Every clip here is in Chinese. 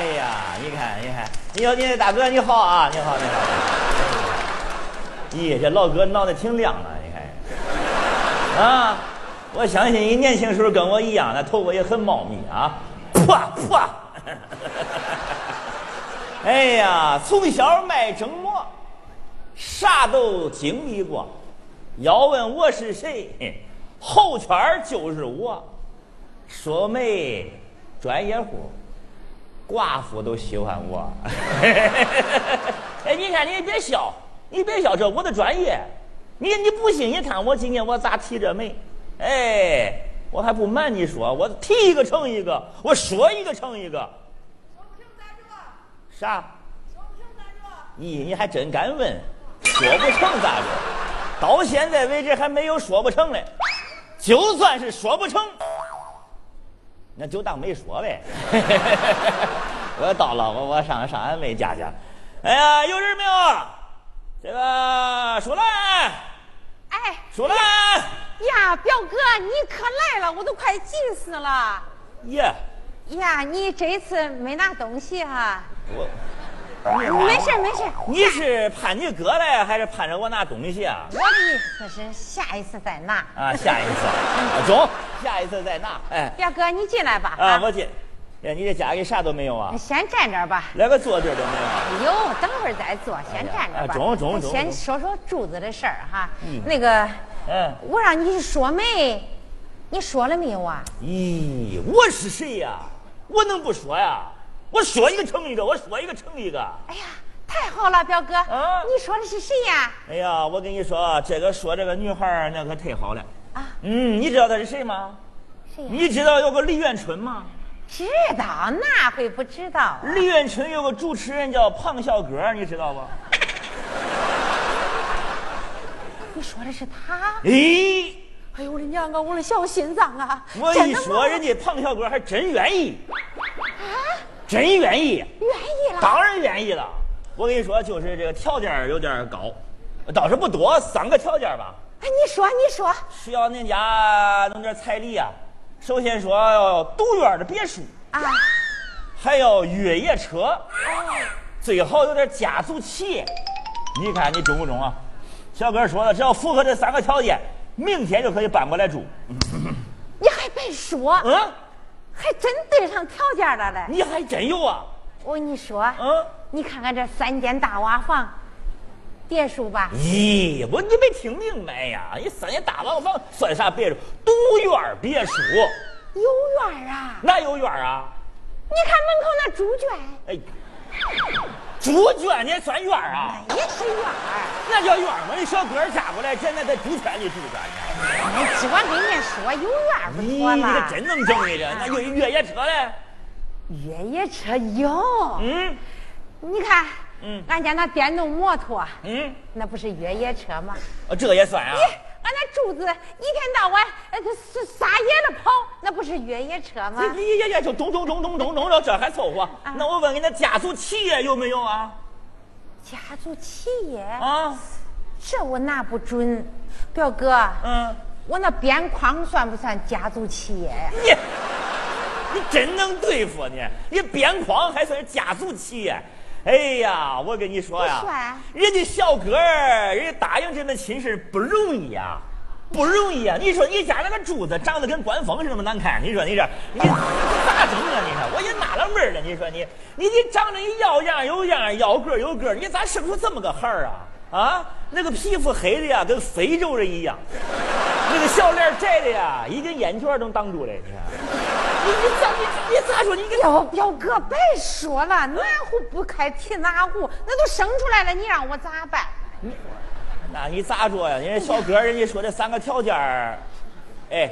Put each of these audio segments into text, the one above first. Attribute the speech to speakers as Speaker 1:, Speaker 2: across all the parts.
Speaker 1: 你看，你看，你好，你大哥，你好啊，你好，你好。咦，这老哥脑袋挺亮啊，你看。啊，我相信你年轻时候跟我一样，那头发也很茂密啊。啪啪。哎呀，从小卖蒸馍，啥都经历过。要问我是谁，嘿后圈儿就是我。说媒专业户，寡妇都喜欢我。 哎，你看，你别笑，你别笑，这我的专业。你你不信？你看我今年我咋提这媒？哎，我还不瞒你说，我提一个成一个，我说一个成一个。
Speaker 2: 说不清咋说，
Speaker 1: 啥？
Speaker 2: 说不清咋说，
Speaker 1: 咦，你还真敢问，说不成咋着？到现在为止还没有说不成嘞，就算是说不成，那就当没说呗。 我到了，我我上上俺妹家去。哎呀，有人没有？这个舒兰，
Speaker 2: 哎
Speaker 1: 舒兰，
Speaker 2: 呀，表哥，你可来了，我都快急死了。
Speaker 1: 耶，
Speaker 2: 呀，你这次没拿东西啊？
Speaker 1: 我
Speaker 2: 嗯没事没事，
Speaker 1: 你是盼你哥来，还是盼着我拿东西啊？
Speaker 2: 我的意思是下一次再拿。
Speaker 1: 啊，下一 次，啊中，下一次再拿。哎，
Speaker 2: 表哥，你进来吧。
Speaker 1: 啊，我进。呀，你这家里啥都没有啊？
Speaker 2: 先站这儿吧。
Speaker 1: 连个坐地儿都没 有。啊
Speaker 2: 有，等会儿再坐，先站着
Speaker 1: 哎呀
Speaker 2: 吧。
Speaker 1: 中中中
Speaker 2: 先
Speaker 1: 中
Speaker 2: 说说柱子的事儿哈。那个，
Speaker 1: 嗯，
Speaker 2: 我让你说媒，你说了没有啊？
Speaker 1: 咦，我是谁呀、我能不说呀？我说一个成一个，我说一个成一个。
Speaker 2: 哎呀，太好了，表哥，
Speaker 1: 啊
Speaker 2: 你说的是谁呀？
Speaker 1: 哎呀，我跟你说，这个说这个女孩儿那可忒好了。
Speaker 2: 啊，
Speaker 1: 嗯，你知道她是谁吗？
Speaker 2: 谁呀
Speaker 1: 你知道有个李元春吗？
Speaker 2: 知道，那会不知道啊？
Speaker 1: 李元春有个主持人叫庞小哥，你知道不？
Speaker 2: 你说的是他？
Speaker 1: 咦，
Speaker 2: 哎呦，我的娘啊！我的小心脏啊！
Speaker 1: 我
Speaker 2: 真
Speaker 1: 一
Speaker 2: 的吗啊
Speaker 1: 说，人家庞小哥还真愿意，真愿意。
Speaker 2: 愿意了，
Speaker 1: 当然愿意了。我跟你说，就是这个条件儿有点儿高，倒是不多，三个条件儿吧。
Speaker 2: 哎，你说，你说，
Speaker 1: 需要恁家弄点彩礼啊。首先说要独院儿的别墅，
Speaker 2: 啊，
Speaker 1: 还要越野车，最好有点家族企业。你看你中不中啊？小哥说了，只要符合这三个条件，明天就可以搬过来住。
Speaker 2: 你还别说，
Speaker 1: 嗯，
Speaker 2: 还真对上条件了嘞。
Speaker 1: 你还真有啊？
Speaker 2: 我跟你说，
Speaker 1: 嗯，
Speaker 2: 你看看这三间大瓦房，别墅吧？
Speaker 1: 嗯咦，我你没听明白呀？你三间大牢房算啥别墅？独院儿别墅。
Speaker 2: 有院儿啊！
Speaker 1: 那有远啊？
Speaker 2: 你看门口那猪圈，
Speaker 1: 哎，猪圈你还算远啊？
Speaker 2: 那也是院儿。
Speaker 1: 那叫远吗？你小哥儿嫁过来，现在在猪圈里住着呢。
Speaker 2: 哎，只管跟人家说有院儿哎不
Speaker 1: 你
Speaker 2: 错
Speaker 1: 你
Speaker 2: 了
Speaker 1: 可。真能整你这，那越越野车嘞？
Speaker 2: 越野车有，
Speaker 1: 嗯
Speaker 2: 你看，
Speaker 1: 嗯
Speaker 2: 俺家那电动摩托，
Speaker 1: 嗯，
Speaker 2: 那不是越野车吗？
Speaker 1: 哦这也算啊？
Speaker 2: 哎俺那柱子一天到晚呃这是撒野的跑，那不是越野车吗
Speaker 1: 这？你也也就咚咚咚咚咚咚了，这还凑合？
Speaker 2: 啊
Speaker 1: 那我问你，那家族企业有没有啊？
Speaker 2: 家族企业，
Speaker 1: 啊，
Speaker 2: 这我拿不准。表哥，
Speaker 1: 嗯，
Speaker 2: 我那边框算不算家族企业呀？
Speaker 1: 你你真能对付你，你边框还算是家族企业。哎呀，我跟你说
Speaker 2: 不
Speaker 1: 呀
Speaker 2: 算，
Speaker 1: 人家小哥儿，人家答应这门亲事不容易啊，不容易啊！你说你家那个柱子长得跟官方似的么难看，你说你这你咋整啊？你说我也纳了闷儿了，你说你你你长得你要样有样，要个儿有个儿，你咋生出这么个孩儿啊？啊，那个皮肤黑的呀，跟非洲人一样，那个小脸儿窄的呀，一根眼圈都挡住了，你啊看。你你咋你你咋说？你给
Speaker 2: 表表哥，别说了，哪壶不开提哪壶，那都生出来了，你让我咋办？
Speaker 1: 那你咋说呀？啊人家小哥，人家说这三个条件儿，哎，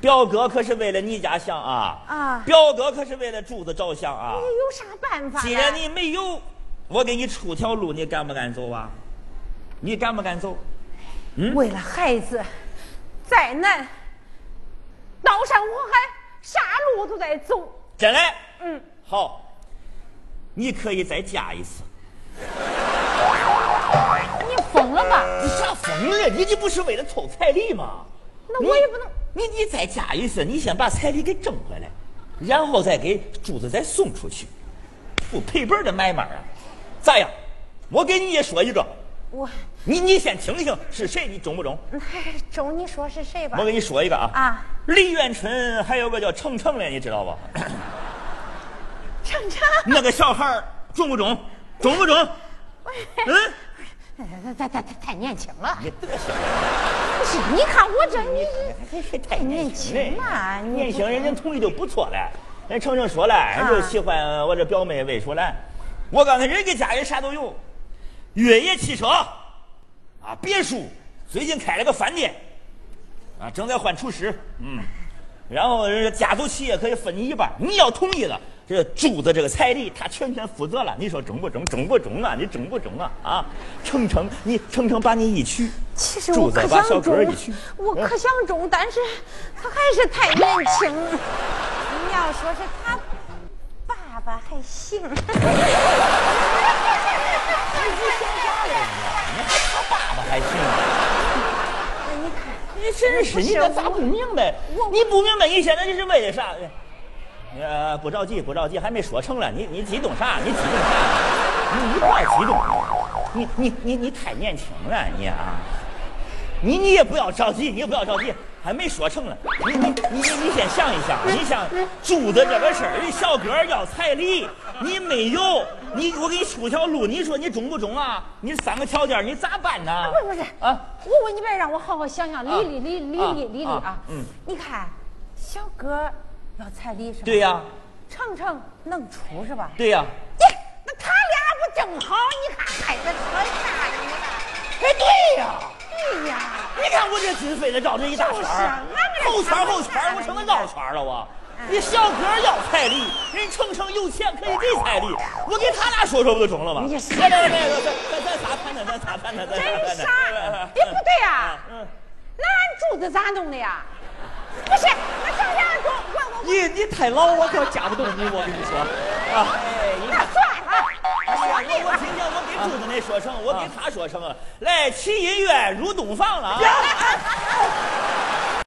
Speaker 1: 表哥可是为了你家想啊，
Speaker 2: 啊
Speaker 1: 表哥可是为了柱子着想啊
Speaker 2: 哎。有啥办法呢？
Speaker 1: 既然你没有，我给你出条路，你敢不敢走啊？你敢不敢走？
Speaker 2: 为了孩子，再难，刀山火海，啥路都得走。
Speaker 1: 真来，
Speaker 2: 嗯，
Speaker 1: 好，你可以再嫁一次。
Speaker 2: 你疯了吧？
Speaker 1: 你啥疯了？你这不是为了凑彩礼吗？
Speaker 2: 那我也不能
Speaker 1: 你你再嫁一次，你先把彩礼给挣回来，然后再给柱子再送出去。不配辈儿的买卖啊！咋样？我给你也说一个，
Speaker 2: 我
Speaker 1: 你你先听听是谁，你中不中？
Speaker 2: 中，你说是谁吧
Speaker 1: 我？给你说一个啊
Speaker 2: 啊，
Speaker 1: 李元春还有个叫程程的，你知道吧？
Speaker 2: 程程，
Speaker 1: 那个小孩儿中不中？中不中？嗯，
Speaker 2: 太太太太年轻了。
Speaker 1: 你得行，
Speaker 2: 不是，你看我这你
Speaker 1: 这太
Speaker 2: 年轻了
Speaker 1: 了，
Speaker 2: 你
Speaker 1: 年轻人
Speaker 2: 不
Speaker 1: 家
Speaker 2: 啊
Speaker 1: 同意就不错了。人程程说了，人就喜欢我这表妹魏淑兰。我告诉你，人家家里啥都有，越野汽车，啊，别墅，最近开了个饭店，啊，正在换厨师，嗯，然后人家家族企业可以分你一半，你要同意了，这柱子这个彩礼他全权负责了。你说中不中？中不中啊？你中不中啊？啊，程程，你程程把你一娶，
Speaker 2: 其实
Speaker 1: 柱
Speaker 2: 我
Speaker 1: 子
Speaker 2: 可
Speaker 1: 把小嗯
Speaker 2: 想
Speaker 1: 狗儿
Speaker 2: 中
Speaker 1: 一娶，，
Speaker 2: 我可想中，但是他还是太年轻了。你要说是他爸爸还行，
Speaker 1: 啊他爸爸还行。
Speaker 2: 哎你看，
Speaker 1: 你真是，
Speaker 2: 不是
Speaker 1: 你这咋不明白
Speaker 2: 我？
Speaker 1: 你不明白，你现在你是为了啥？呃，不着急，不着急，还没说成了。你你激动啥？你激动啥？你一块激动。你你你你太年轻了，你啊！你你也不要着急，你也不要着急，还没说成了。你你你你你先想一想，你想柱子这个事儿，人小哥儿要彩礼，你没有，你我给你出条路，你说你中不中啊？你三个条件，你咋办呢？
Speaker 2: 不是不是
Speaker 1: 啊。
Speaker 2: 我问你别让我好好想想，理理理理
Speaker 1: 啊
Speaker 2: 理理理
Speaker 1: 啊
Speaker 2: 啊
Speaker 1: 嗯！
Speaker 2: 你看，小哥要彩礼是吧？
Speaker 1: 对呀、
Speaker 2: 程程能出是吧？
Speaker 1: 对呀、
Speaker 2: 耶，那他俩不正好？你看孩子扯啥呢？
Speaker 1: 哎，对呀、
Speaker 2: 对呀。
Speaker 1: 你看我这金飞的绕这一大圈
Speaker 2: 就是
Speaker 1: 儿
Speaker 2: 啊那，
Speaker 1: 后
Speaker 2: 不是
Speaker 1: 圈儿
Speaker 2: 常
Speaker 1: 后圈儿，
Speaker 2: 常
Speaker 1: 我成了
Speaker 2: 常常
Speaker 1: 绕圈儿了我。
Speaker 2: 嗯
Speaker 1: 你小哥儿要彩礼，人程程有钱可以给彩礼，我给他俩说说不就中了吗？
Speaker 2: 嗯你是
Speaker 1: 来来来来，咱咱咱仨谈谈，咱仨谈谈，咱仨谈
Speaker 2: 真傻
Speaker 1: 谈。！
Speaker 2: 哎，不对呀、
Speaker 1: 嗯，
Speaker 2: 那俺柱子咋弄的呀？不是，那正俺中，我我我，
Speaker 1: 你你太老，我可夹不动你，我跟你说啊。哎你
Speaker 2: 那算了，
Speaker 1: 我
Speaker 2: 我
Speaker 1: 今天
Speaker 2: 哎那
Speaker 1: 我给柱子啊没说成，我给他说成了。来，起音乐入洞房了啊！